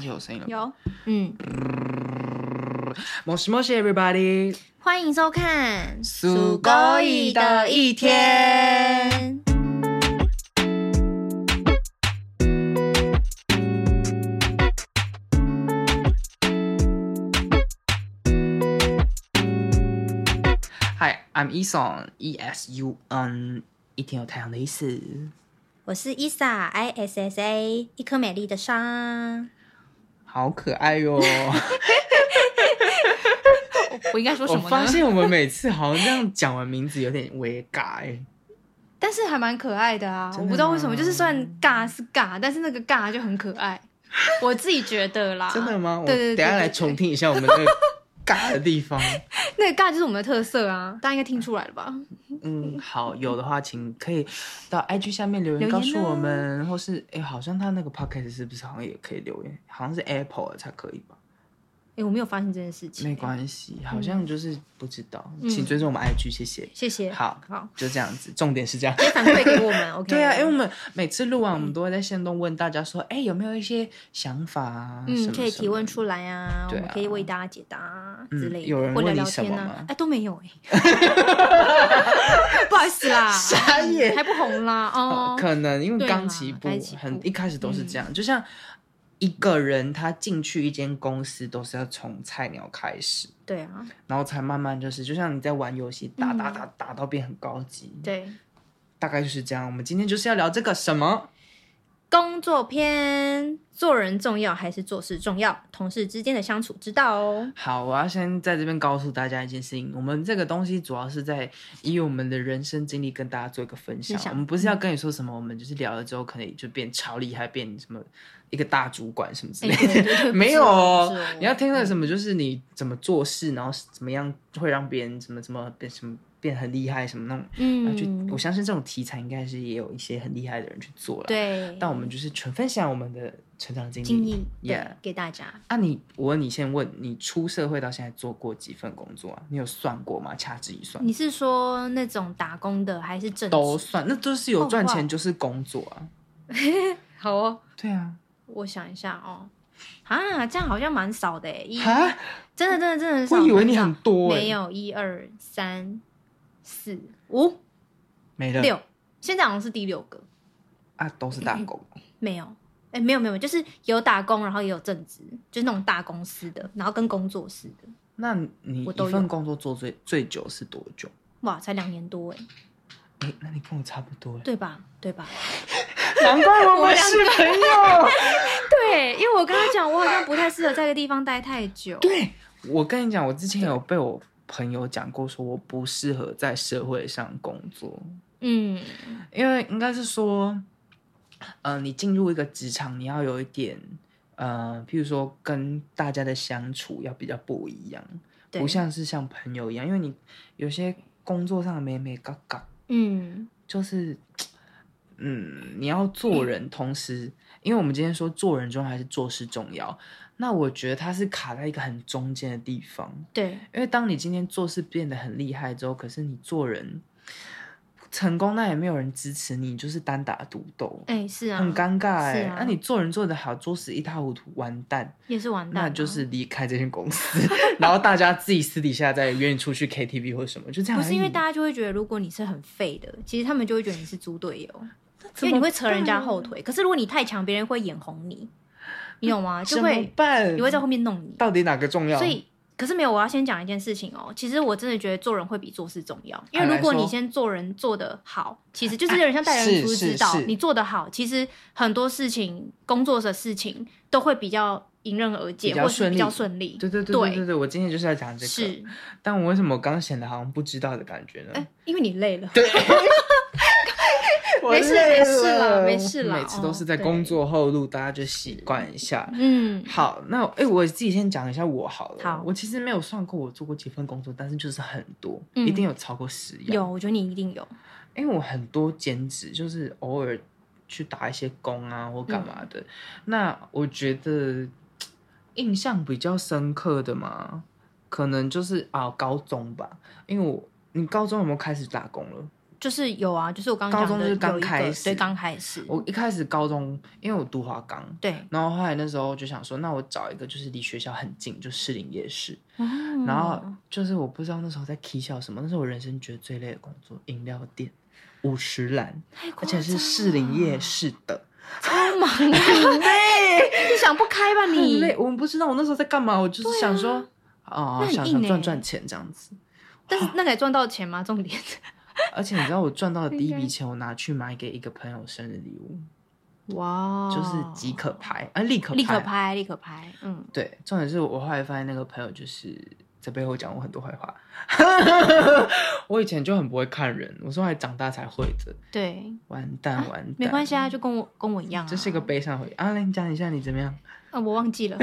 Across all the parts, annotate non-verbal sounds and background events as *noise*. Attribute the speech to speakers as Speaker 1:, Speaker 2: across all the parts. Speaker 1: 是有声音了。
Speaker 2: 有，
Speaker 3: 嗯，
Speaker 1: もしもし everybody，
Speaker 3: 欢迎收看《
Speaker 1: す
Speaker 3: 高
Speaker 1: ご
Speaker 3: 一
Speaker 1: い
Speaker 3: 的
Speaker 1: 的
Speaker 3: 一
Speaker 1: 一
Speaker 3: 天
Speaker 1: 天》。嗨，I'm Eason，E S U N，一天有太阳的意思。
Speaker 3: 我是 Isa I S S A，一颗美丽的伤。
Speaker 1: 好可
Speaker 2: *laughs*
Speaker 1: 爱哟、
Speaker 2: 我应该说什
Speaker 1: 我
Speaker 2: 么
Speaker 1: 发
Speaker 2: 呢？
Speaker 1: 现我们每次好像这样讲完名字有点微尬、欸，
Speaker 2: 但是还蛮可爱的啊，
Speaker 1: 真
Speaker 2: 我
Speaker 1: 的
Speaker 2: 不知道为什么，
Speaker 1: 吗
Speaker 2: 就是虽然尬是尬，但是那个尬就很可爱， *laughs* 我自己觉得啦。
Speaker 1: 真的吗？我
Speaker 2: 啊对对对
Speaker 1: 等一下
Speaker 2: 对
Speaker 1: 来
Speaker 2: 对
Speaker 1: 重听一下我们那个尬的地方。
Speaker 2: 那个尬就是我们的特色啊，大家应该听出来了吧？
Speaker 1: 嗯，好，有的话请可以到 IG 下面留
Speaker 2: 留
Speaker 1: 言
Speaker 2: 言
Speaker 1: 告诉我
Speaker 2: 啊
Speaker 1: 们，或是
Speaker 2: *laughs*
Speaker 1: 哎、好像他那个 podcast 是不是好像也可以留言？好像是 Apple 的才可以吧？
Speaker 2: 哎、我没有发现这件事情，
Speaker 1: 没关系，好像就是不知道，请
Speaker 2: 嗯
Speaker 1: 追踪我们 IG，谢谢。
Speaker 2: 谢谢。
Speaker 1: 好，
Speaker 2: 好，
Speaker 1: 就这样子，重点是这 *laughs* 样。
Speaker 3: 可以反馈给我们
Speaker 1: 啊
Speaker 3: ，OK？
Speaker 1: 对啊，因为我们每次录完，我们都会在线动问大家说，哎、有没有一些想法啊？什
Speaker 3: 嗯，
Speaker 1: 么
Speaker 3: 可以
Speaker 1: 什
Speaker 3: 提
Speaker 1: 么
Speaker 3: 问
Speaker 1: 的
Speaker 3: 出来啊，我
Speaker 1: 对
Speaker 3: 们
Speaker 1: 啊
Speaker 3: 可以为大家解答啊之
Speaker 1: 嗯
Speaker 3: 类的，
Speaker 1: 有人
Speaker 3: 或聊
Speaker 1: 问你
Speaker 3: 聊
Speaker 1: 什么
Speaker 3: 天啊
Speaker 1: 吗，
Speaker 3: 哎，都没
Speaker 1: *laughs*
Speaker 3: 有哎， *laughs*
Speaker 2: 不好意思
Speaker 3: 嗯
Speaker 2: 啦，
Speaker 1: 傻眼
Speaker 2: 还不红啦哦。
Speaker 1: 可能因为
Speaker 2: 对
Speaker 1: 刚
Speaker 2: 啦
Speaker 1: 起步嗯
Speaker 3: 刚起，
Speaker 1: 很
Speaker 3: 步
Speaker 1: 一开始都是这样，就像一个人他进去一间公司都是要从菜鸟开始，
Speaker 3: 对啊，
Speaker 1: 然后才慢慢就是，就像你在玩游戏打
Speaker 2: 嗯
Speaker 1: 打打打到变很高级，
Speaker 2: 对，
Speaker 1: 大概就是这样。我们今天就是要聊这个什么？
Speaker 3: 工作篇，做人重要还是做事重要？同事之间的相处之道哦。
Speaker 1: 好，我要先在这边告诉大家一件事情，我们这个东西主要是在以我们的人生经历跟大家做一个分享
Speaker 3: 分。享嗯
Speaker 1: 我们不是要跟你说什么，我们就是聊了之后可能就变超厉害，变什么一个大主管什么之类
Speaker 3: 哎
Speaker 1: *laughs*
Speaker 3: 对对
Speaker 1: 的，
Speaker 3: 对嗯
Speaker 1: 没
Speaker 3: 不是
Speaker 1: 有
Speaker 3: 哦
Speaker 1: 哦
Speaker 3: 不是哦。
Speaker 1: *laughs* 你要听的什么就是你怎么做事，然后怎么样会让别人怎么怎么变什么变很厉害什么那种。那啊就
Speaker 3: 嗯
Speaker 1: 我，相信这种题材应该是也有一些很厉害的人去做了。，
Speaker 3: 对，
Speaker 1: 但我们就是纯分享我们的成长经历。
Speaker 3: 建议
Speaker 1: Yeah
Speaker 3: 对给大家。
Speaker 1: 啊你，我问你，先问你出社会到现在做过几份工作啊？你有算过吗？掐指一算
Speaker 3: 你，是说那种打工的还是正职
Speaker 1: 都算，那都是有
Speaker 3: 哦
Speaker 1: 赚
Speaker 3: 哇
Speaker 1: 钱就是工作啊。
Speaker 3: 好哦？
Speaker 1: 对啊，
Speaker 3: 我想一下哦，啊，这样好像蛮少的欸诶，一
Speaker 1: 哈，
Speaker 3: 真的真的真的少，
Speaker 1: 我以为你
Speaker 3: 蛮少
Speaker 1: 很多、欸，
Speaker 3: 没有一二三四五
Speaker 1: 没了
Speaker 3: 六，现在好像是第六个，
Speaker 1: 啊，都是打
Speaker 3: *laughs*
Speaker 1: 工。
Speaker 3: 没有，哎，没有没有，就是有打工，然后也有正职，就是那种大公司的，然后跟工作室的，
Speaker 1: 那你
Speaker 3: 我
Speaker 1: 一
Speaker 3: 都
Speaker 1: 份
Speaker 3: 有
Speaker 1: 工作做最最久是多久？
Speaker 3: 哇，才两年多哎，
Speaker 1: 哎、那你跟我差不多欸，
Speaker 3: 对吧？对吧？
Speaker 1: 难怪
Speaker 3: *laughs*
Speaker 1: 我们是朋友。
Speaker 3: 对，因为我跟他讲，我好像不太适合在一个地方待太
Speaker 1: *laughs*
Speaker 3: 久，
Speaker 1: 对，我跟你讲，我之前有被我朋友讲过，说我不适合在社会上工作，
Speaker 3: 嗯，
Speaker 1: 因为应该是说，呃，你进入一个职场，你要有一点，呃，譬如说跟大家的相处要比较不一样，
Speaker 3: 对
Speaker 1: 不，像是像朋友一样，因为你有些工作上的美美嘎嘎，
Speaker 3: 嗯，
Speaker 1: 就是，嗯，你要做人，同时，因为我们今天说做人重要还是做事重要，那我觉得它是卡在一个很中间的地方。
Speaker 3: 对，
Speaker 1: 因为当你今天做事变得很厉害之后，可是你做人成功，那也没有人支持你，你就是单打独斗，
Speaker 3: 哎，是啊，
Speaker 1: 很尴尬哎、
Speaker 3: 是啊
Speaker 1: 那、你做人做得好，做事一塌糊涂，完蛋，
Speaker 3: 也是完蛋啊，
Speaker 1: 那就是离开这间公司， *laughs* 然后大家自己私底下再约你出去 KTV 或什么，就这样而
Speaker 3: 不
Speaker 1: 已。
Speaker 3: 是因为大家就会觉得，如果你是很废的，其实他们就会觉得你是猪队友，因
Speaker 1: 怎
Speaker 3: 为
Speaker 1: 么
Speaker 3: 你会扯人家
Speaker 1: 办啊
Speaker 3: 后腿。可是如果你太强，别人会眼红你，你懂吗？
Speaker 1: 怎
Speaker 3: 就
Speaker 1: 么
Speaker 3: 会
Speaker 1: 办？
Speaker 3: 你会在后面弄你。
Speaker 1: 到底哪个重要？
Speaker 3: 所以，可是没有，我要先讲一件事情哦。其实我真的觉得做人会比做事重要，因为如
Speaker 1: 来
Speaker 3: 果
Speaker 1: 说啊
Speaker 3: 你先做人做得好，其实就是有点像待人
Speaker 1: 是
Speaker 3: 处
Speaker 1: 是
Speaker 3: 之道
Speaker 1: 是。
Speaker 3: 你做得好，其实很多事情、工作的事情都会比较迎刃而解，
Speaker 1: 比较
Speaker 3: 或是
Speaker 1: 顺利
Speaker 3: 比较顺利。
Speaker 1: 对对对
Speaker 3: 对
Speaker 1: 对对对，我今天就是要讲这个。
Speaker 3: 是，
Speaker 1: 但我为什么刚显得好像不知道的感觉呢？
Speaker 3: 哎，因为你累了。
Speaker 1: 对，我
Speaker 3: 没事
Speaker 1: 累
Speaker 3: 没事啦
Speaker 1: 了
Speaker 3: 没事啦
Speaker 1: 每次都是
Speaker 3: 哦
Speaker 1: 在
Speaker 3: 对
Speaker 1: 工作后录，大家就习惯一下。
Speaker 3: 嗯，
Speaker 1: 好，那哎、诶我自己先讲一下我好了。
Speaker 3: 好
Speaker 1: 我其实没有算过我做过几份工作，但是就是很多，
Speaker 3: 嗯
Speaker 1: 一定有超过十样。
Speaker 3: 有，，我觉得你一定有。
Speaker 1: 因为我很多兼职，就是偶尔去打一些工啊或
Speaker 3: 嗯
Speaker 1: 干嘛的。那我觉得印象比较深刻的嘛，可能就是啊高中吧，因为我你高中有没有开始打工了？
Speaker 3: 就是有啊，就是我刚刚
Speaker 1: 高
Speaker 3: 讲
Speaker 1: 中
Speaker 3: 的
Speaker 1: 就是刚
Speaker 3: 有一个
Speaker 1: 开始
Speaker 3: 对，刚开始，
Speaker 1: 我一开始高中，因为我读华冈，
Speaker 3: 对，
Speaker 1: 然后后来那时候就想说，那我找一个就是离学校很近，就士林夜市。
Speaker 3: 然
Speaker 1: 然后就是我不知道那时候在 K 笑什么，那是我人生觉得最累的工作，饮料店五十兰，而且
Speaker 3: 啊
Speaker 1: 是士林夜市的。
Speaker 3: 超啊 *laughs* 忙的，很累，你想不开吧
Speaker 1: 很
Speaker 3: 你？
Speaker 1: 累，我们不知道我那时候在干嘛，我就是想说，哦、
Speaker 3: 那很
Speaker 1: 想
Speaker 3: 硬
Speaker 1: 想
Speaker 3: 欸
Speaker 1: 赚赚钱这样子。
Speaker 3: 但是那个也赚到钱吗？重点
Speaker 1: 而且你知道我赚到的第一笔
Speaker 2: OK
Speaker 1: 钱，我拿去买给一个朋友生日礼物，
Speaker 3: *laughs* 哇，哦
Speaker 1: 就是即可拍，啊，立可
Speaker 3: 立刻拍，立刻拍，嗯，
Speaker 1: 对，重点是我后来发现那个朋友就是在背后讲我很多坏话。 *laughs* 我以前就很不会看人，我说来长大才会的，
Speaker 3: 对，
Speaker 1: 完蛋完蛋，
Speaker 3: 没关系啊，就跟我跟我一样、啊，
Speaker 1: 这是一个悲伤回忆。阿玲讲一下你怎么样？ *laughs*
Speaker 3: 啊，我忘 *laughs* 记了，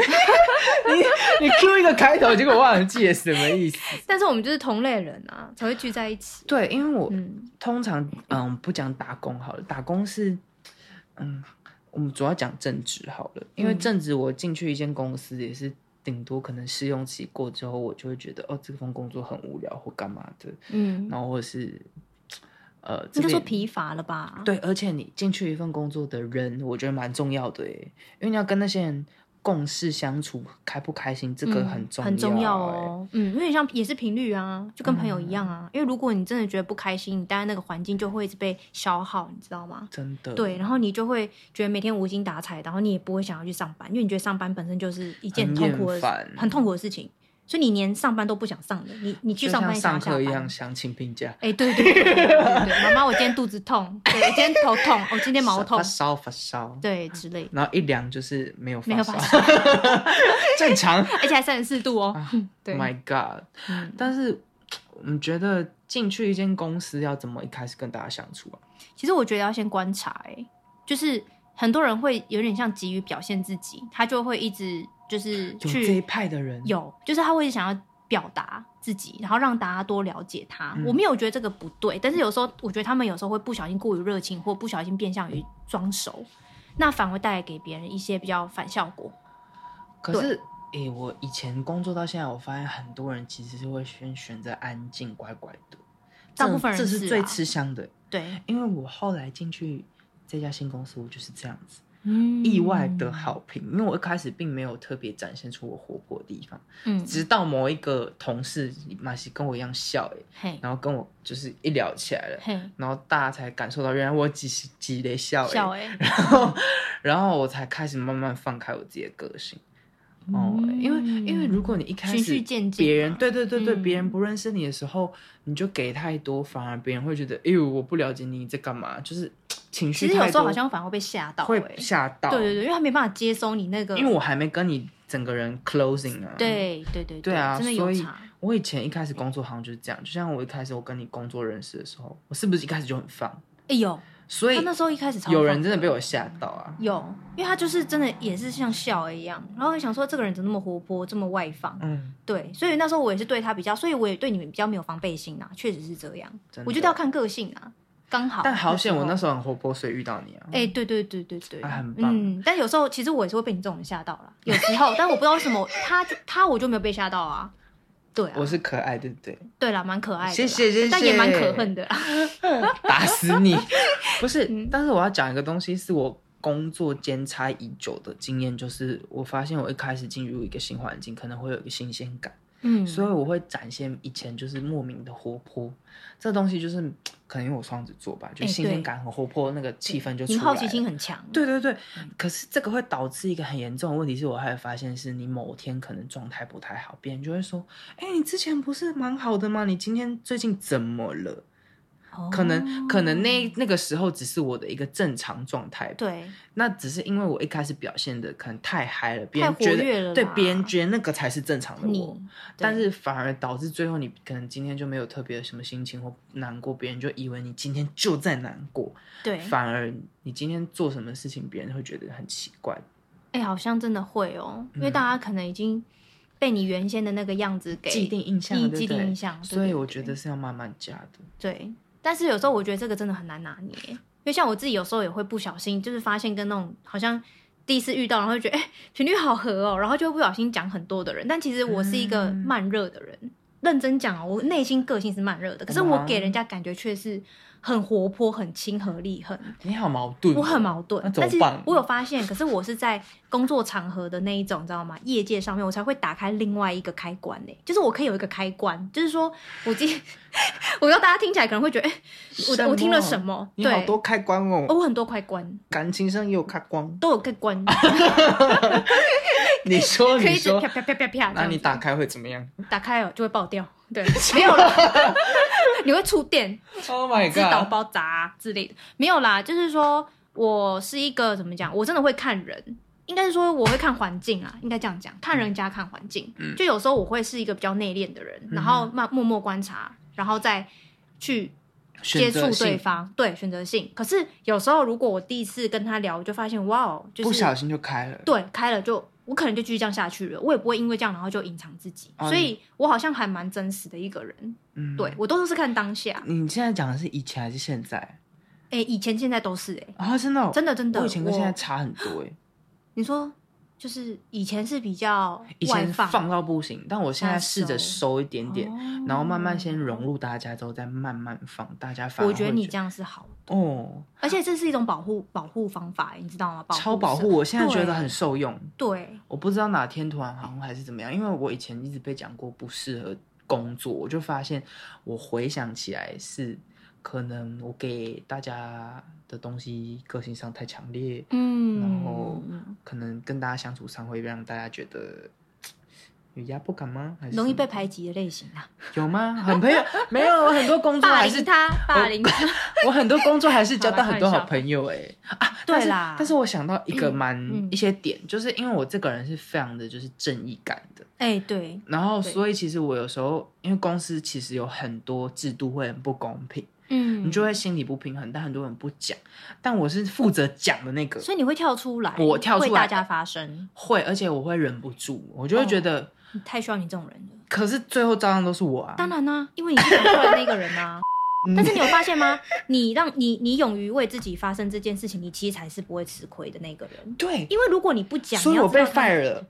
Speaker 1: 你 Q 一个开头，结果忘记了什么意思？
Speaker 3: 但是我们就是同类人啊，才会聚在一起，
Speaker 1: 对，因为我
Speaker 3: 嗯，
Speaker 1: 通常嗯不讲打工好了，打工是嗯我们主要讲正职好了，因为
Speaker 3: 嗯
Speaker 1: 正职我进去一间公司也是顶多可能试用期过之后，我就会觉得哦这份工作很无聊或干嘛的，
Speaker 3: 嗯，
Speaker 1: 然后或者是呃这
Speaker 3: 应该说
Speaker 1: 边
Speaker 3: 疲乏了吧？，
Speaker 1: 对，而且你进去一份工作的人，我觉得蛮重要的耶，因为你要跟那些人共事相处，开不开心这个很重要、欸
Speaker 3: 嗯很重要。哦，嗯，因为像也是频率啊，就跟朋友一样
Speaker 1: 嗯
Speaker 3: 啊，因为如果你真的觉得不开心，你待在那个环境就会一直被消耗，你知道吗？
Speaker 1: 真的，
Speaker 3: 对，然后你就会觉得每天无精打采，然后你也不会想要去上班，因为你觉得上班本身就是一件
Speaker 1: 很
Speaker 3: 很痛苦的
Speaker 1: 厌烦
Speaker 3: 事、很痛苦的事情，所以你连上班都不想上的，你你去
Speaker 1: 就
Speaker 3: 上
Speaker 1: 像
Speaker 3: 班也想
Speaker 1: 上
Speaker 3: 要下
Speaker 1: 课一
Speaker 3: 班
Speaker 1: 样，。相亲评价，
Speaker 3: 哎、对对对对对对对，妈妈，我今天肚子痛，对，我今天头痛，我今天毛痛
Speaker 1: 发，烧发烧，
Speaker 3: 对之类的，
Speaker 1: 然后一量就是没有
Speaker 3: *laughs* 没
Speaker 1: 发
Speaker 3: 有
Speaker 1: 烧，
Speaker 3: 发烧 *laughs*
Speaker 1: 正常。
Speaker 3: 而且还三十四度哦。
Speaker 1: 啊
Speaker 3: 对
Speaker 1: My God！、
Speaker 3: 嗯
Speaker 1: 但是我们觉得进去一间公司要怎么一开始跟大家相处啊？
Speaker 3: 其实我觉得要先观察、欸，就是很多人会有点像急于表现自己，他就会一直就是
Speaker 1: 有这一
Speaker 3: 去
Speaker 1: 派的人，
Speaker 3: 有，就是他会想要表达自己，然后让大家多了解他。
Speaker 1: 嗯
Speaker 3: 我没有觉得这个不对，但是有时候我觉得他们有时候会不小心过于热情，或不小心变相于装熟，那反而会带来给别人一些比较反效果。
Speaker 1: 可
Speaker 3: 对
Speaker 1: 是，诶、我以前工作到现在，我发现很多人其实是会先选择安静乖乖的，
Speaker 3: 大
Speaker 1: 这
Speaker 3: 部分人
Speaker 1: 这
Speaker 3: 是
Speaker 1: 是
Speaker 3: 啊
Speaker 1: 最吃香的。
Speaker 3: 对，
Speaker 1: 因为我后来进去这家新公司，我就是这样子，
Speaker 3: 嗯
Speaker 1: 意外的，好评。因为我一开始并没有特别展现出我活泼的地方，
Speaker 3: 嗯，
Speaker 1: 直到某一个同事马西跟我一样笑、诶，
Speaker 3: 嘿，
Speaker 1: 然后跟我就是一聊起来了。
Speaker 3: 嗯嘿，
Speaker 1: 然后大家才感受到，原来我几十几雷笑诶，
Speaker 3: 笑哎、欸，
Speaker 1: 然后，然后我才开始慢慢放开我自己的个性。哦，因为因为如果你一开
Speaker 3: 嗯循
Speaker 1: 始
Speaker 3: 序渐进嘛
Speaker 1: 别人对对对对，别人
Speaker 3: 嗯
Speaker 1: 不认识你的时候，你就给太多，反而别人会觉得，哎呦，我不了解你在干嘛，就是情绪
Speaker 3: 其实有
Speaker 1: 太
Speaker 3: 时候
Speaker 1: 多
Speaker 3: 好像反而会被吓到、欸，
Speaker 1: 会吓到。
Speaker 3: 对对对，因为他没办法接收你那个，
Speaker 1: 因为我还没跟你整个人 closing 啊。，
Speaker 3: 对对对
Speaker 1: 对啊
Speaker 3: 真的
Speaker 1: 所
Speaker 3: 有
Speaker 1: 以
Speaker 3: 差，
Speaker 1: 我以前一开始工作好像就是这样，就像我一开始我跟你工作认识的时候，我是不是一开始就很放？
Speaker 3: 哎有，
Speaker 1: 所以
Speaker 3: 他那时候一开始超
Speaker 1: 有
Speaker 3: 放
Speaker 1: 人真的被我吓到啊。
Speaker 3: 有，因为他就是真的也是像笑儿一样，然后我想说这个人怎么那么活泼，这么外放，
Speaker 1: 嗯，
Speaker 3: 对，所以那时候我也是对他比较，所以我也对你们比较没有防备心啊，确实是这样，
Speaker 1: 真的
Speaker 3: 我觉得要看个性啊，刚好，
Speaker 1: 但好险，我那
Speaker 3: 时
Speaker 1: 时候很活泼，所以遇到你啊。
Speaker 3: 候。哎、对对对对对，
Speaker 1: 啊很棒
Speaker 3: 嗯，但有时候其实我也是会被你这种人吓到了，有时候，但我不知道为什么他他我就没有被吓到啊，对啊，
Speaker 1: 我是可爱，对不对？
Speaker 3: 对啦，蛮可爱的啦，
Speaker 1: 谢谢谢谢
Speaker 3: 但也蛮可恨的啦， *laughs*
Speaker 1: 打死你！不是，
Speaker 3: 嗯
Speaker 1: 但是我要讲一个东西，是我工作兼差已久的经验，就是我发现我一开始进入一个新环境，可能会有一个新鲜感，
Speaker 3: 嗯，
Speaker 1: 所以我会展现以前就是莫名的活泼。这东西就是可能因为我双子座吧，就
Speaker 3: 哎
Speaker 1: 新鲜
Speaker 3: 对
Speaker 1: 感和活泼那个气氛就出来
Speaker 3: 你们
Speaker 1: 了。
Speaker 3: 好奇心嗯很强，
Speaker 1: 对对对，可是这个会导致一个很严重的问题，是我还发现是你某天可能状态不太好，别人就会说：“哎、你之前不是蛮好的吗？你今天最近怎么了？”
Speaker 3: 哦，
Speaker 1: 可能可能那那个时候只是我的一个正常状态，，
Speaker 3: 对
Speaker 1: 那只是因为我一开始表现的可能太嗨了，别
Speaker 3: 太
Speaker 1: 人觉
Speaker 3: 活跃
Speaker 1: 得
Speaker 3: 了
Speaker 1: 对
Speaker 3: 啦
Speaker 1: 别人觉得那个才是正常的我
Speaker 3: 你，，
Speaker 1: 但
Speaker 3: 对
Speaker 1: 是反而导致最后你可能今天就没有特别什么心情或难过，别人就以为你今天就在难过，
Speaker 3: 对，
Speaker 1: 反而你今天做什么事情，别人会觉得很奇怪。
Speaker 3: 哎、好像真的会哦，
Speaker 1: 嗯
Speaker 3: 因为大家可能已经被你原先的那个样子给
Speaker 1: 既定印象了，
Speaker 3: 既
Speaker 1: 对不
Speaker 3: 既定
Speaker 1: 对
Speaker 3: 印象，对
Speaker 1: 所以
Speaker 3: 对
Speaker 1: 我
Speaker 3: 对
Speaker 1: 觉得是要慢慢加的。
Speaker 3: 对。但是有时候我觉得这个真的很难拿捏，因为像我自己有时候也会不小心，就是发现跟那种好像第一次遇到，然后就觉得哎频率好合哦，然后就会不小心讲很多的人。但其实我是一个
Speaker 1: 嗯
Speaker 3: 慢热的人，认真讲哦，我内心个性是慢热的，可是
Speaker 1: 哇
Speaker 3: 我给人家感觉却是很活泼、很亲和力很。
Speaker 1: 你好矛盾哦，
Speaker 3: 我很矛盾
Speaker 1: 那，怎
Speaker 3: 但
Speaker 1: 么
Speaker 3: 是
Speaker 1: 办？
Speaker 3: 我有发现，可是我是在工作场合的那一种，你知道吗？业界上面我才会打开另外一个开关呢、欸就是我可以有一个开关，就是说我今 *laughs* 天，我知道大家听起来可能会觉得，哎、
Speaker 1: 什么
Speaker 3: 我我听了什么？
Speaker 1: 你好
Speaker 3: 对，
Speaker 1: 多开关哦，
Speaker 3: 哦我哎很多开关
Speaker 1: 感情上也有开关。
Speaker 3: 都有开
Speaker 1: *laughs*
Speaker 3: 关，
Speaker 1: 你说，
Speaker 3: 哎可以
Speaker 1: 你
Speaker 3: 一直
Speaker 1: 说
Speaker 3: 啪，啪啪啪啪，
Speaker 1: 那你
Speaker 3: 这样
Speaker 1: 打开会怎么样
Speaker 3: 子打开了就会爆掉，
Speaker 1: *laughs*
Speaker 3: 对，没有了， *laughs* 你会触电，
Speaker 1: ？Oh my
Speaker 3: 自导
Speaker 1: god！
Speaker 3: 包砸之类的，没有啦，就是说我是一个怎么讲，我真的会看人，应该是说我会看环境啊，应该这样讲，看人家看环境，
Speaker 1: 嗯
Speaker 3: 就有时候我会是一个比较内敛的人，
Speaker 1: 哼
Speaker 3: 然后慢默默观察，然后再去
Speaker 1: 选
Speaker 3: 接触
Speaker 1: 择
Speaker 3: 对
Speaker 1: 性
Speaker 3: 方，对选择性。可是有时候如果我第一次跟他聊，我就发现哇哦，就是
Speaker 1: 不小心就开了。
Speaker 3: 对，开了就我可能就继续这样下去了，我也不会因为这样然后就隐藏自己，
Speaker 1: 哦
Speaker 3: 所以我好像还蛮真实的一个人，
Speaker 1: 嗯
Speaker 3: 对。我都是看当下，
Speaker 1: 你现在讲的是以前还是现在？
Speaker 3: 哎、以前现在都是哎、
Speaker 1: 啊，真的哦，
Speaker 3: 真的真的，
Speaker 1: 我以前跟现在
Speaker 3: 我
Speaker 1: 差很多哎。
Speaker 3: 你说就是以前是比较
Speaker 1: 以
Speaker 3: 外
Speaker 1: 前
Speaker 3: 放，
Speaker 1: 放到不行，但我现在试着
Speaker 3: 那
Speaker 1: 收一点点，
Speaker 3: 哦
Speaker 1: 然后慢慢先融。入大家之后，再慢慢放，大家反而
Speaker 3: 我觉得
Speaker 1: 会
Speaker 3: 你这样是好，
Speaker 1: 哦，
Speaker 3: 而且这是一种保护保护方法，欸你知道吗？
Speaker 1: 超保
Speaker 3: 保护色
Speaker 1: 护，我现在觉得很受用。
Speaker 3: 对，
Speaker 1: 我不知道哪天突然好像还是怎么样，因为我以前一直被讲过不适合工作，我就发现我回想起来是可能我给大家的东西个性上太强烈，
Speaker 3: 嗯，
Speaker 1: 然后可能跟大家相处上会让大家觉得嘖有压迫感吗？还是
Speaker 3: 容易被
Speaker 1: 什么
Speaker 3: 排挤的类型啊，
Speaker 1: 有吗？很朋友没有，我很多工作
Speaker 3: 霸
Speaker 1: 还
Speaker 3: 凌
Speaker 1: 是哦
Speaker 3: 他，霸凌他， *laughs*
Speaker 1: 我很多工作还是交到
Speaker 3: 好啦
Speaker 1: 很多
Speaker 3: 开玩
Speaker 1: 好
Speaker 3: 笑
Speaker 1: 朋友哎、啊，
Speaker 3: 对
Speaker 1: 但是
Speaker 3: 啦
Speaker 1: 但是我想到一个蛮、
Speaker 3: 嗯
Speaker 1: 一些点，就是因为我这个人是非常的就是正义感的。
Speaker 3: 哎，对，
Speaker 1: 然后，
Speaker 3: 对
Speaker 1: 所以其实我有时候，因为公司其实有很多制度会很不公平，
Speaker 3: 嗯，
Speaker 1: 你就会心里不平衡，但很多人不讲，但我是负责讲的那个，
Speaker 3: 所以你会跳出来，
Speaker 1: 我跳出来
Speaker 3: 为大家发声，
Speaker 1: 会，而且我会忍不住，我
Speaker 3: 哦
Speaker 1: 就会觉得，
Speaker 3: 你太需要你这种人了。
Speaker 1: 可是最后照样都是我啊，
Speaker 3: 当然啦、因为你是讲出来的那个人啊。
Speaker 1: 嗯
Speaker 3: 但是你有发现吗？ *laughs* 你让你你勇于为自己发生这件事情，你其实才是不会吃亏的那个人。
Speaker 1: 对，
Speaker 3: 因为如果你不讲，
Speaker 1: 所以
Speaker 3: 你要
Speaker 1: 我被
Speaker 3: 知道
Speaker 1: fire 了，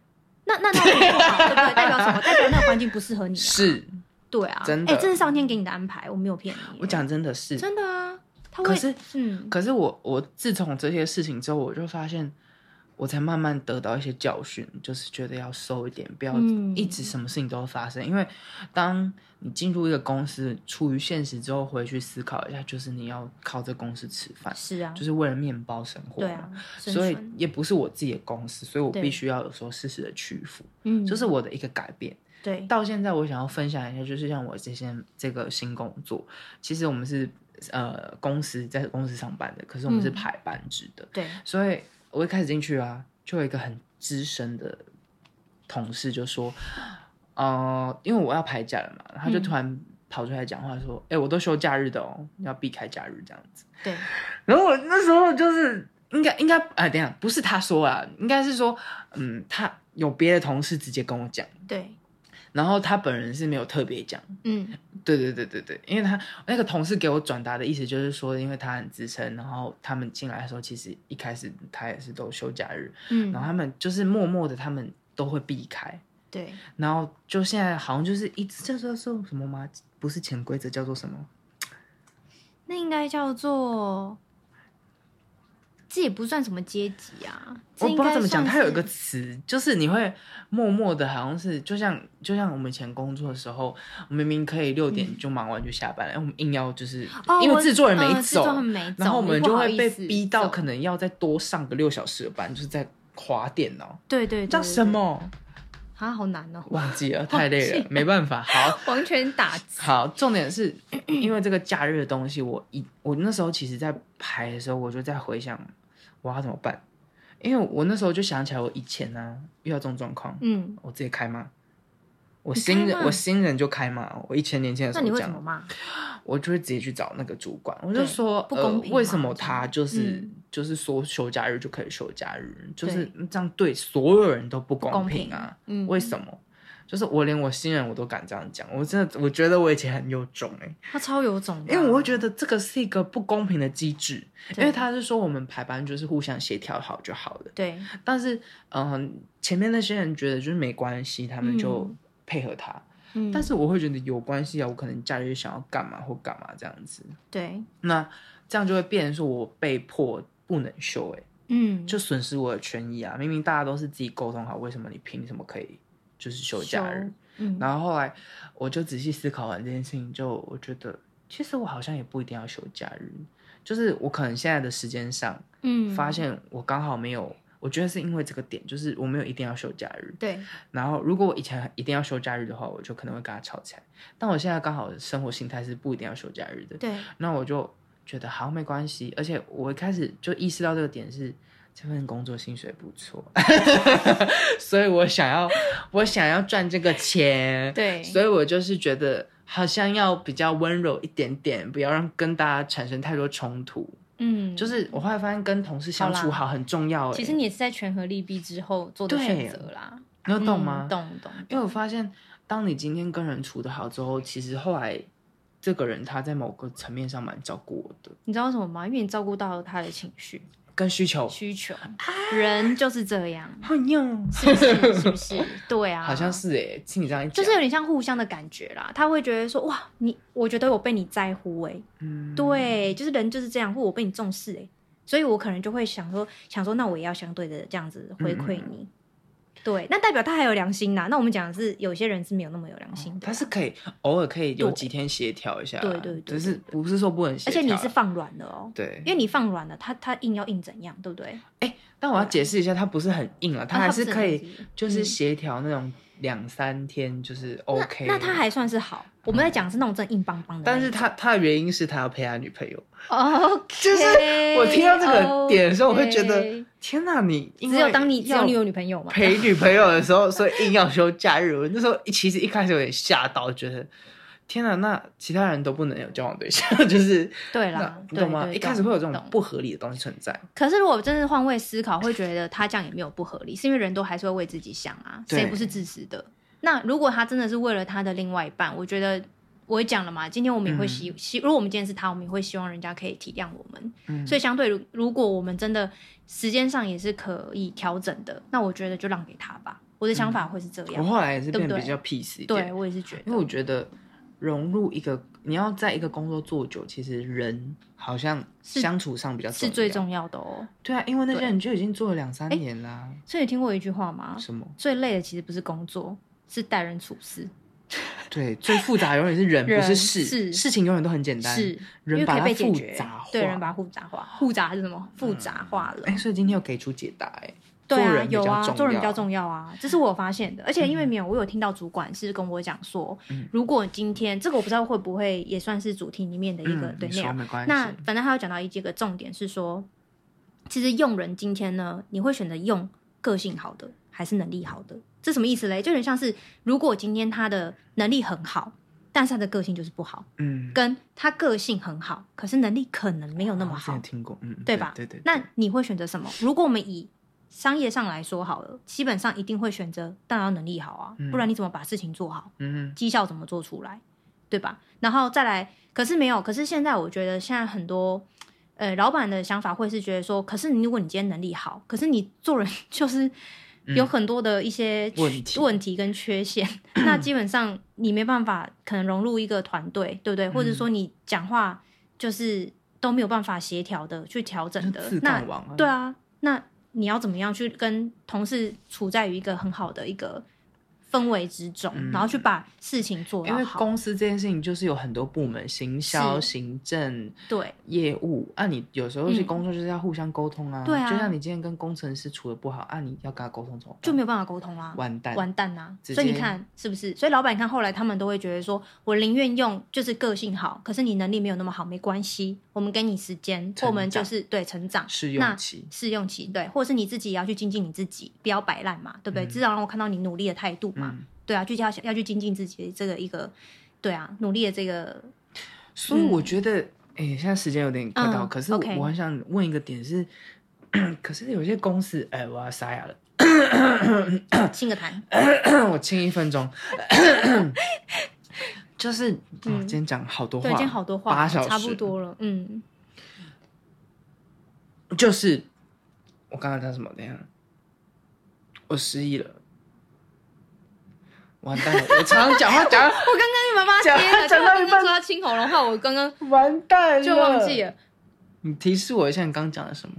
Speaker 3: 那那那那不好，对不对？代表
Speaker 1: *laughs*
Speaker 3: 什么？代表那个环境不适合你、啊。，
Speaker 1: 是
Speaker 3: 对啊，
Speaker 1: 真的
Speaker 3: 哎、这是上天给你的安排，我没有骗你。
Speaker 1: 我讲真的是，
Speaker 3: 真的啊，他
Speaker 1: 可
Speaker 3: 会
Speaker 1: 是
Speaker 3: 嗯，
Speaker 1: 可是我我自从这些事情之后，我就发现，我才慢慢得到一些教训，就是觉得要收一点，不要
Speaker 3: 嗯
Speaker 1: 一直什么事情都发生。因为当你进入一个公司，处于现实之后，回去思考一下，就是你要靠这公司吃饭，
Speaker 3: 是啊，
Speaker 1: 就是为了面包生活
Speaker 3: 对
Speaker 1: 嘛。
Speaker 3: 啊，生
Speaker 1: 所以
Speaker 3: 存
Speaker 1: 也不是我自己的公司，所以我
Speaker 3: 对
Speaker 1: 必须要有时候适时的屈服，
Speaker 3: 嗯，
Speaker 1: 这是我的一个改变。
Speaker 3: 对
Speaker 1: 到现在，我想要分享一下，就是像我之前这个新工作，其实我们是呃公司在公司上班的，可是我们是
Speaker 3: 嗯
Speaker 1: 排班制的，
Speaker 3: 对，
Speaker 1: 所以我一开始进去啊，就有一个很资深的同事就说，呃，因为我要排假了嘛，他就
Speaker 3: 嗯
Speaker 1: 突然跑出来讲话说，哎、我都休假日的哦，要避开假日这样子。
Speaker 3: 对，
Speaker 1: 然后我那时候就是应该应该啊、等一下不是他说啊，应该是说，嗯，他有别的同事直接跟我讲。
Speaker 3: 对，
Speaker 1: 然后他本人是没有特别讲，
Speaker 3: 嗯，
Speaker 1: 对对对对对，因为他那个同事给我转达的意思就是说，因为他很资深，然后他们进来的时候，其实一开始他也是都休假日，
Speaker 3: 嗯，
Speaker 1: 然后他们就是默默的，他们都会避开，
Speaker 3: 对，
Speaker 1: 然后就现在好像就是一直叫做做什么吗？不是潜规则，叫做什么？
Speaker 3: 那应该叫做，这也不算什么阶级啊，
Speaker 1: 我
Speaker 3: 这
Speaker 1: 不知
Speaker 3: 应
Speaker 1: 道
Speaker 3: 该
Speaker 1: 怎么讲，
Speaker 3: 算
Speaker 1: 它有一
Speaker 3: 是
Speaker 1: 个词，就是你会默默的，好像是就像就像我们以前工作的时候，我们明明可以六点就忙完就下班了，我们硬要就是、
Speaker 3: 嗯哦
Speaker 1: 因为
Speaker 3: 我
Speaker 1: 制作人
Speaker 3: 嗯
Speaker 1: 没
Speaker 3: 制作
Speaker 1: 走，
Speaker 3: 人没
Speaker 1: 然后我
Speaker 3: 走
Speaker 1: 们
Speaker 3: 不
Speaker 1: 就
Speaker 3: 好
Speaker 1: 会
Speaker 3: 意
Speaker 1: 被
Speaker 3: 思
Speaker 1: 逼到
Speaker 3: 走
Speaker 1: 可能要再多上个六小时的班，就是在划电脑，
Speaker 3: 对对对
Speaker 1: 叫什？么
Speaker 3: 对对啊，好难哦，
Speaker 1: 忘记
Speaker 3: *laughs*
Speaker 1: 了，太累了，没办法，好。
Speaker 3: 完全打字，
Speaker 1: 好，重点是因为这个假日的东西，我一我那时候其实在排的时候，我就在回想我要怎么办，因为我那时候就想起来我以前呢、遇到这种状况，
Speaker 3: 嗯，
Speaker 1: 我直接开骂，我
Speaker 3: 你
Speaker 1: 新
Speaker 3: 开
Speaker 1: 人
Speaker 3: 骂
Speaker 1: 我新人就开骂，我以前年轻的时
Speaker 3: 那
Speaker 1: 候
Speaker 3: 你
Speaker 1: 这
Speaker 3: 会怎么
Speaker 1: 样，
Speaker 3: 骂？
Speaker 1: 我就会直接去找那个主管，我就
Speaker 3: 对
Speaker 1: 说
Speaker 3: 不公平
Speaker 1: 呃，为
Speaker 3: 嘛
Speaker 1: 什么
Speaker 3: 这
Speaker 1: 他
Speaker 3: 样
Speaker 1: 就是、
Speaker 3: 嗯
Speaker 1: 就是说休假日就可以休假日，就是
Speaker 3: 对
Speaker 1: 这样对所有人都不
Speaker 3: 公
Speaker 1: 公平啊，，
Speaker 3: 嗯
Speaker 1: 为什么？就是我连我新人我都敢这样讲，我真的我觉得我以前很有种哎、
Speaker 3: 他超有种的啊，
Speaker 1: 因为我会觉得这个是一个不公平的机制，
Speaker 3: 对
Speaker 1: 因为他是说我们排班就是互相协调好就好了，
Speaker 3: 对
Speaker 1: 但是嗯、前面那些人觉得就是没关系，他们就
Speaker 3: 嗯
Speaker 1: 配合他，
Speaker 3: 嗯
Speaker 1: 但是我会觉得有关系啊，我可能假日想要干嘛或干嘛这样子，
Speaker 3: 对，
Speaker 1: 那这样就会变成说我被迫不能休、欸，
Speaker 3: 嗯，
Speaker 1: 就损失我的权益啊！明明大家都是自己沟通好，为什么你凭什么可以就是休假日？
Speaker 3: 休，嗯，
Speaker 1: 然后后来我就仔细思考完这件事情，就我觉得其实我好像也不一定要休假日，就是我可能现在的时间上
Speaker 3: 嗯
Speaker 1: 发现我刚好没有，我觉得是因为这个点，就是我没有一定要休假日。
Speaker 3: 对，
Speaker 1: 然后如果我以前一定要休假日的话，我就可能会跟他吵起来。但我现在刚好生活形态是不一定要休假日的，
Speaker 3: 对，
Speaker 1: 那我就觉得好没关系，而且我一开始就意识到这个点是这份工作薪水不错， *laughs* 所以我想要我想要赚这个钱，
Speaker 3: 对
Speaker 1: 所以我就是觉得好像要比较温柔一点点，不要让跟大家产生太多冲突。
Speaker 3: 嗯，
Speaker 1: 就是我后来发现跟同事相处
Speaker 3: 好
Speaker 1: 好很重要、欸，
Speaker 3: 其实你也是在权衡利弊之后做的
Speaker 1: 对
Speaker 3: 选择啦，
Speaker 1: 你有懂
Speaker 3: 嗯
Speaker 1: 吗？
Speaker 3: 懂懂，
Speaker 1: 因为我发现，当你今天跟人处得好之后，其实后来这个人他在某个层面上蛮照顾我的，
Speaker 3: 你知道为什么吗？因为你照顾到了他的情绪
Speaker 1: 跟需求
Speaker 3: 需求，人就是这样，
Speaker 1: 好用，
Speaker 3: 是不是？是不是？ *laughs* 对啊，
Speaker 1: 好像。是哎、欸，听你这样一
Speaker 3: 就
Speaker 1: 讲，
Speaker 3: 是有点像互相的感觉啦，他会觉得说哇，你我觉得我被你在乎哎、
Speaker 1: 嗯，
Speaker 3: 对，就是人就是这样，或我被你重视哎、所以我可能就会想说，想说那我也要相对的这样子回
Speaker 1: 嗯
Speaker 3: 馈你。对，那代表他还有良心啦。那我们讲的是有些人是没有那么有良心的啦、
Speaker 1: 他是可以偶尔可以有
Speaker 3: 对
Speaker 1: 几天协调一下，
Speaker 3: 对对对
Speaker 1: 只是不是说不能协
Speaker 3: 而
Speaker 1: 调
Speaker 3: 且
Speaker 1: 啊，
Speaker 3: 你是放软了哦、
Speaker 1: 对，
Speaker 3: 因为你放软了，他他硬要硬怎样，对不对？
Speaker 1: 但我要解释一下，他不是很硬啊，他还是可
Speaker 3: 哦他不是很
Speaker 1: 以
Speaker 3: 硬
Speaker 1: 就是协调那种两三天就是 OK，
Speaker 3: 嗯那他。还算是好。我们在讲是那种真硬邦邦的那
Speaker 1: 但是
Speaker 3: 种，
Speaker 1: 他他的原因是他要陪他女朋友，
Speaker 3: 哦，就是
Speaker 1: 我听到这个点的时候，我会觉得天哪，你因
Speaker 3: 只
Speaker 1: 为
Speaker 3: 有当你只有
Speaker 1: 要
Speaker 3: 你有女朋友嘛，
Speaker 1: 陪女朋友的时候，所以硬要休假日。我那时候其实一开始有点吓到，觉得天哪，那其他人都不能有交往对象， *laughs* 就是
Speaker 3: 对
Speaker 1: 那
Speaker 3: 啦，
Speaker 1: 你
Speaker 3: 对
Speaker 1: 懂吗？
Speaker 3: 对
Speaker 1: 一开始会有这种
Speaker 3: 懂
Speaker 1: 不合理的东西存在，
Speaker 3: 可是如果真的换位思考，会觉得他这样也没有不合理，是因为人都还是会为自己想啊，
Speaker 1: 对
Speaker 3: 谁不是自私的？那如果他真的是为了他的另外一半，我觉得我也讲了嘛，今天我们也会希希、如果我们今天是他，我们也会希望人家可以体谅我们。
Speaker 1: 嗯
Speaker 3: 所以相对如如果我们真的时间上也是可以调整的，那我觉得就让给他吧。我的想法会是这
Speaker 1: 嗯我
Speaker 3: 样，
Speaker 1: 后来也是变
Speaker 3: 对
Speaker 1: 得
Speaker 3: 不对
Speaker 1: 比较 peace 一点，
Speaker 3: 对我也是觉
Speaker 1: 因
Speaker 3: 得
Speaker 1: 为我觉得融入一个你要在一个工作做久，其实人好像
Speaker 3: 是
Speaker 1: 相处上比较
Speaker 3: 是最
Speaker 1: 要
Speaker 3: 重要的哦。
Speaker 1: 对啊，因为那些
Speaker 3: 对
Speaker 1: 人就已经做了两三
Speaker 3: 哎
Speaker 1: 年啦，
Speaker 3: 所以你听过一句话吗？
Speaker 1: 什么
Speaker 3: 最累的其实不是工作，是待人处事。
Speaker 1: 对最复杂永远是人，
Speaker 3: 人
Speaker 1: 不是事，
Speaker 3: 是
Speaker 1: 事情永远都很简单，
Speaker 3: 是，因
Speaker 1: 人
Speaker 3: 为
Speaker 1: 把
Speaker 3: 可以
Speaker 1: 它
Speaker 3: 被解
Speaker 1: 复
Speaker 3: 决
Speaker 1: 杂化，
Speaker 3: 对，人把它复杂化，复杂是什么？复杂化了。
Speaker 1: 哎、所以今天有给出解答哎、
Speaker 3: 对
Speaker 1: 做
Speaker 3: 啊
Speaker 1: 人，比
Speaker 3: 有
Speaker 1: 较
Speaker 3: 啊，
Speaker 1: 重
Speaker 3: 做人比
Speaker 1: 要
Speaker 3: 较重要啊，这是我有发现的。而且因为没有，我有听到主管是跟我讲说，
Speaker 1: 嗯
Speaker 3: 如果今天这个我不知道会不会也算是主题里面的一个、
Speaker 1: 嗯、
Speaker 3: 对
Speaker 1: 你
Speaker 3: 内
Speaker 1: 说
Speaker 3: 容。
Speaker 1: 没关系。
Speaker 3: 那反正他有讲到一几个重点是说，其实用人今天呢，你会选择用个性好的还是能力好的？这什么意思嘞？就有点像是如果今天他的能力很好，但是他的个性就是不好。
Speaker 1: 嗯，
Speaker 3: 跟他个性很好，可是能力可能没有那么
Speaker 1: 好像
Speaker 3: 好
Speaker 1: 有，听过，嗯，
Speaker 3: 对吧？
Speaker 1: 对对。对
Speaker 3: 那你会选择什么？如果我们以商业上来说好了，基本上一定会选择，当然要能力好啊，
Speaker 1: 嗯
Speaker 3: 不然你怎么把事情做好？
Speaker 1: 嗯
Speaker 3: 绩效怎么做出来，对吧？然后再来，可是没有，可是现在我觉得现在很多。呃，老板的想法会是觉得说，可是你如果你今天能力好，可是你做人 *laughs* 就是有很多的一些
Speaker 1: 问
Speaker 3: 缺
Speaker 1: 题
Speaker 3: 问题跟缺陷，那基本上你没办法可能融入一个团队，对不对？或者说你讲话就是都没有办法协调的去调整的
Speaker 1: 就，自
Speaker 3: 那
Speaker 1: 干王啊
Speaker 3: 对啊，那你要怎么样去跟同事处在于一个很好的一个氛围之中，
Speaker 1: 嗯
Speaker 3: 然后去把事情做
Speaker 1: 因
Speaker 3: 到
Speaker 1: 为
Speaker 3: 好？
Speaker 1: 公司这件事情就是有很多部门，行销、
Speaker 3: 是
Speaker 1: 行政、
Speaker 3: 对
Speaker 1: 业务。啊，你有时候是
Speaker 3: 嗯
Speaker 1: 工作就是要互相沟通啊。
Speaker 3: 对啊
Speaker 1: 就像你今天跟工程师处的不好，啊，你要跟他沟通怎么办？
Speaker 3: 就没有办法沟通啦、
Speaker 1: 完蛋。
Speaker 3: 完蛋啦、
Speaker 1: 直
Speaker 3: 所以你
Speaker 1: 接
Speaker 3: 看是不是？所以老板你看后来他们都会觉得说，我宁愿用就是个性好，可是你能力没有那么好，没关系，我们给你时间，
Speaker 1: 成
Speaker 3: 或我们就
Speaker 1: 长
Speaker 3: 是对成长
Speaker 1: 试
Speaker 3: 那
Speaker 1: 用期。
Speaker 3: 试用期，对，或者是你自己也要去精进你自己，不要摆烂嘛，对不对？
Speaker 1: 嗯
Speaker 3: 至少让我看到你努力的态度嘛，
Speaker 1: 嗯，
Speaker 3: 对啊，就要要去精进自己的这个一个，对啊，努力的这个，
Speaker 1: 所以我觉得，哎、现在时间有点快到，
Speaker 3: 嗯
Speaker 1: 可是
Speaker 3: OK
Speaker 1: 我很想问一个点是， *clears throat* 可是有些公司，哎、我要沙哑了。
Speaker 3: 清个痰，
Speaker 1: 呃我清一分钟，就是、哦
Speaker 3: 嗯
Speaker 1: 今天讲好多话，
Speaker 3: 对，今天好多话，
Speaker 1: 八小时
Speaker 3: 差不多了，嗯，
Speaker 1: 就是我刚刚讲什么？等一下，我失忆了。完蛋了！我常常讲话讲
Speaker 2: 我刚刚妈妈接了，
Speaker 1: 讲
Speaker 2: 就
Speaker 1: 讲
Speaker 2: 她
Speaker 1: 到一
Speaker 2: 刚
Speaker 1: 半
Speaker 2: 刚说要清喉咙话，我刚刚
Speaker 1: 完
Speaker 2: *laughs*
Speaker 1: 蛋了，
Speaker 2: 就忘记。
Speaker 1: 哎
Speaker 2: 了。
Speaker 1: 你提示我一下，你刚讲的什么？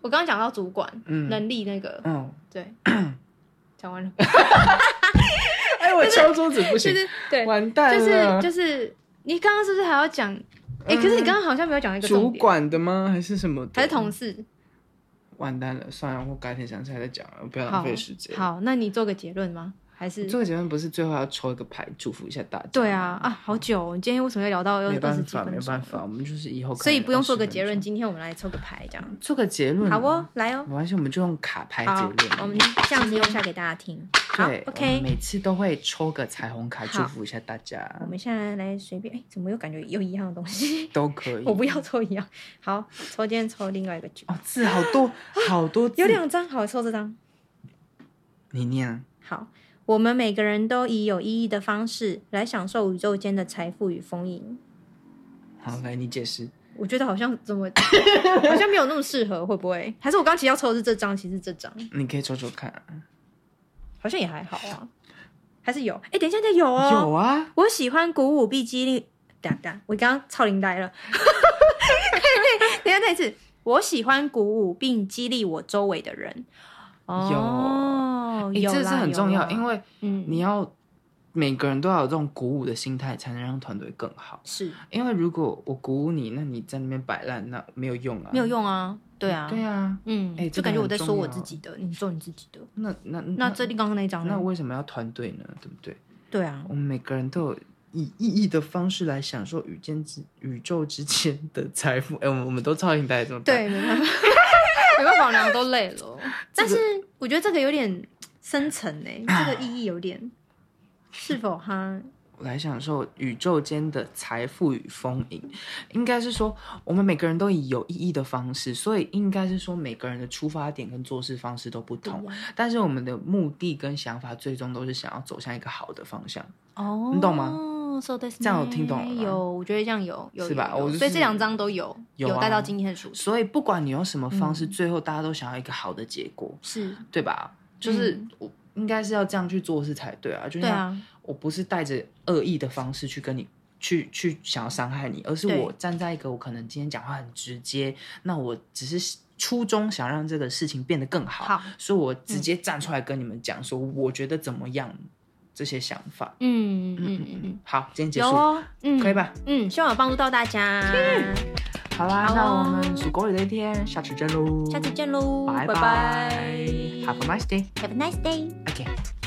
Speaker 2: 我刚刚讲到主管、
Speaker 1: 嗯
Speaker 2: 能力那个，
Speaker 1: 嗯， *coughs*
Speaker 2: 对，讲完了，
Speaker 1: 哎，我敲桌子不
Speaker 2: 就
Speaker 1: 行，
Speaker 2: 是对，
Speaker 1: *laughs* 完蛋
Speaker 2: 就是
Speaker 1: 了。
Speaker 2: 就是你刚刚是不是还要讲？哎、可是你刚刚好像没有讲一个重
Speaker 1: 嗯主
Speaker 2: 点，
Speaker 1: 管的吗？还是什么的？
Speaker 2: 还是同事？
Speaker 1: 完蛋了，算了，我改天想起来再讲了，不要浪
Speaker 2: 好
Speaker 1: 费时间。，
Speaker 2: 好，那你做个结论吗？还
Speaker 3: 嗯
Speaker 2: 是
Speaker 1: 这个节目不是最后要抽一个牌，祝福一下大家吗？
Speaker 2: 对啊啊，好久哦！你今天为什么要聊到二
Speaker 1: 没
Speaker 2: 二十
Speaker 1: 办
Speaker 2: 几
Speaker 1: 法，
Speaker 2: 分钟？
Speaker 1: 没办法，我们就是以后看
Speaker 3: 所以不用
Speaker 1: 20
Speaker 3: 做个
Speaker 1: 分
Speaker 3: 结论，
Speaker 1: 钟
Speaker 3: 今天我们来抽个牌，这样
Speaker 1: 做个结论
Speaker 3: 好哦，，来哦
Speaker 1: 没。关系，我们就用卡牌结
Speaker 3: 好，
Speaker 1: 论。
Speaker 3: 我们这样子用下给大家听。好
Speaker 1: 对我们
Speaker 3: ，OK。
Speaker 1: 每次都会抽个彩虹卡，祝
Speaker 3: 好
Speaker 1: 福一下大家，
Speaker 3: 我们现在来随便，哎，怎么又感觉又一样的东
Speaker 1: *laughs*
Speaker 3: 西？
Speaker 1: 都可以。
Speaker 3: 我不要抽一样。好，抽今天抽另外一个九，
Speaker 1: 哦，字好多好多字，
Speaker 3: 啊有两张，好，抽这张。
Speaker 1: 你念啊。
Speaker 3: 好，我们每个人都以有意义的方式来享受宇宙间的财富与丰盈。
Speaker 1: 好，来你解释。
Speaker 3: 我觉得好像怎么，
Speaker 1: *laughs*
Speaker 3: 好像没有那么适合，会不会？还是我刚其实要抽的是这张，其实是这张
Speaker 1: 你可以抽抽看啊，
Speaker 3: 好像也还好啊，还是有。哎、等一下，等一下有哦，
Speaker 1: 有啊，
Speaker 3: 我喜欢鼓舞并激励。等等，我刚刚超龄呆了。等一下再一次，我喜欢鼓舞并激励我周围的人。哦，
Speaker 1: 诶
Speaker 3: 有啦
Speaker 1: 这是很重要，因
Speaker 3: 为
Speaker 1: 为
Speaker 3: 嗯，
Speaker 1: 你要每个人都要有这种鼓舞的心态，才能让团队更好。
Speaker 3: 是
Speaker 1: 因为如果我鼓舞你，那你在那边摆烂，那没有用啊，
Speaker 3: 没有。用啊，对啊，
Speaker 1: 对啊，
Speaker 3: 嗯，
Speaker 1: 哎这
Speaker 3: 就
Speaker 1: 个
Speaker 3: 感觉我
Speaker 1: 很
Speaker 3: 在
Speaker 1: 重
Speaker 3: 说我
Speaker 1: 要
Speaker 3: 自己的，你做你自己的。
Speaker 1: 那那
Speaker 3: 那这里刚刚那一张
Speaker 1: 那
Speaker 3: 呢？
Speaker 1: 为什么要团队呢？对不对？
Speaker 3: 对啊
Speaker 1: 我，们每个人都有以意义的方式来享受宇间之宇宙之间的财富。哎、我们我们都超应该怎么办？
Speaker 2: 对，没办法，没办法，我俩都累了。
Speaker 3: 但是我觉得这个有点深层哎、这个意义有点，是否哈？
Speaker 1: 来享受宇宙间的财富与丰盈，应该是说我们每个人都以有意义的方式，所以应该是说每个人的出发点跟做事方式都不同，但是我们的目的跟想法最终都是想要走向一个好的方向。
Speaker 3: 哦
Speaker 1: 你懂
Speaker 3: 吗？So this
Speaker 1: 这样我听懂了吗
Speaker 3: 有，我觉得这样有，有
Speaker 1: 是吧
Speaker 3: 有有
Speaker 1: 我就是
Speaker 3: 所以这两张都有，
Speaker 1: 有啊
Speaker 3: 带到今天的主题，
Speaker 1: 所以不管你用什么方式，
Speaker 3: 嗯
Speaker 1: 最后大家都想要一个好的结果，
Speaker 3: 是
Speaker 1: 对吧？就是
Speaker 3: 嗯
Speaker 1: 我应该是要这样去做事才对啊，就
Speaker 3: 对
Speaker 1: 像
Speaker 3: 啊，
Speaker 1: 我不是带着恶意的方式去跟你去去想要伤害你，而是
Speaker 3: 对
Speaker 1: 我站在一个我可能今天讲话很直接，那我只是初衷想让这个事情变得更好，
Speaker 3: 好，嗯
Speaker 1: 所以我直接站出来跟你们讲说，我觉得怎么样这些想法。
Speaker 3: 嗯
Speaker 1: 嗯
Speaker 3: 嗯
Speaker 1: 嗯
Speaker 3: 嗯
Speaker 1: 嗯
Speaker 3: 嗯，，
Speaker 1: 好，今天结
Speaker 3: 有
Speaker 1: 束，
Speaker 3: 哦，嗯，
Speaker 1: 可以？吧？嗯
Speaker 3: 嗯，希望有帮助到大家，
Speaker 1: 好啦，
Speaker 3: 好哦
Speaker 1: 那我们属狗日的一天，下次见喽，
Speaker 3: 下次见喽，
Speaker 1: 拜
Speaker 3: 拜
Speaker 1: 拜，Have a nice day.
Speaker 3: ，Have a nice day。
Speaker 1: Okay.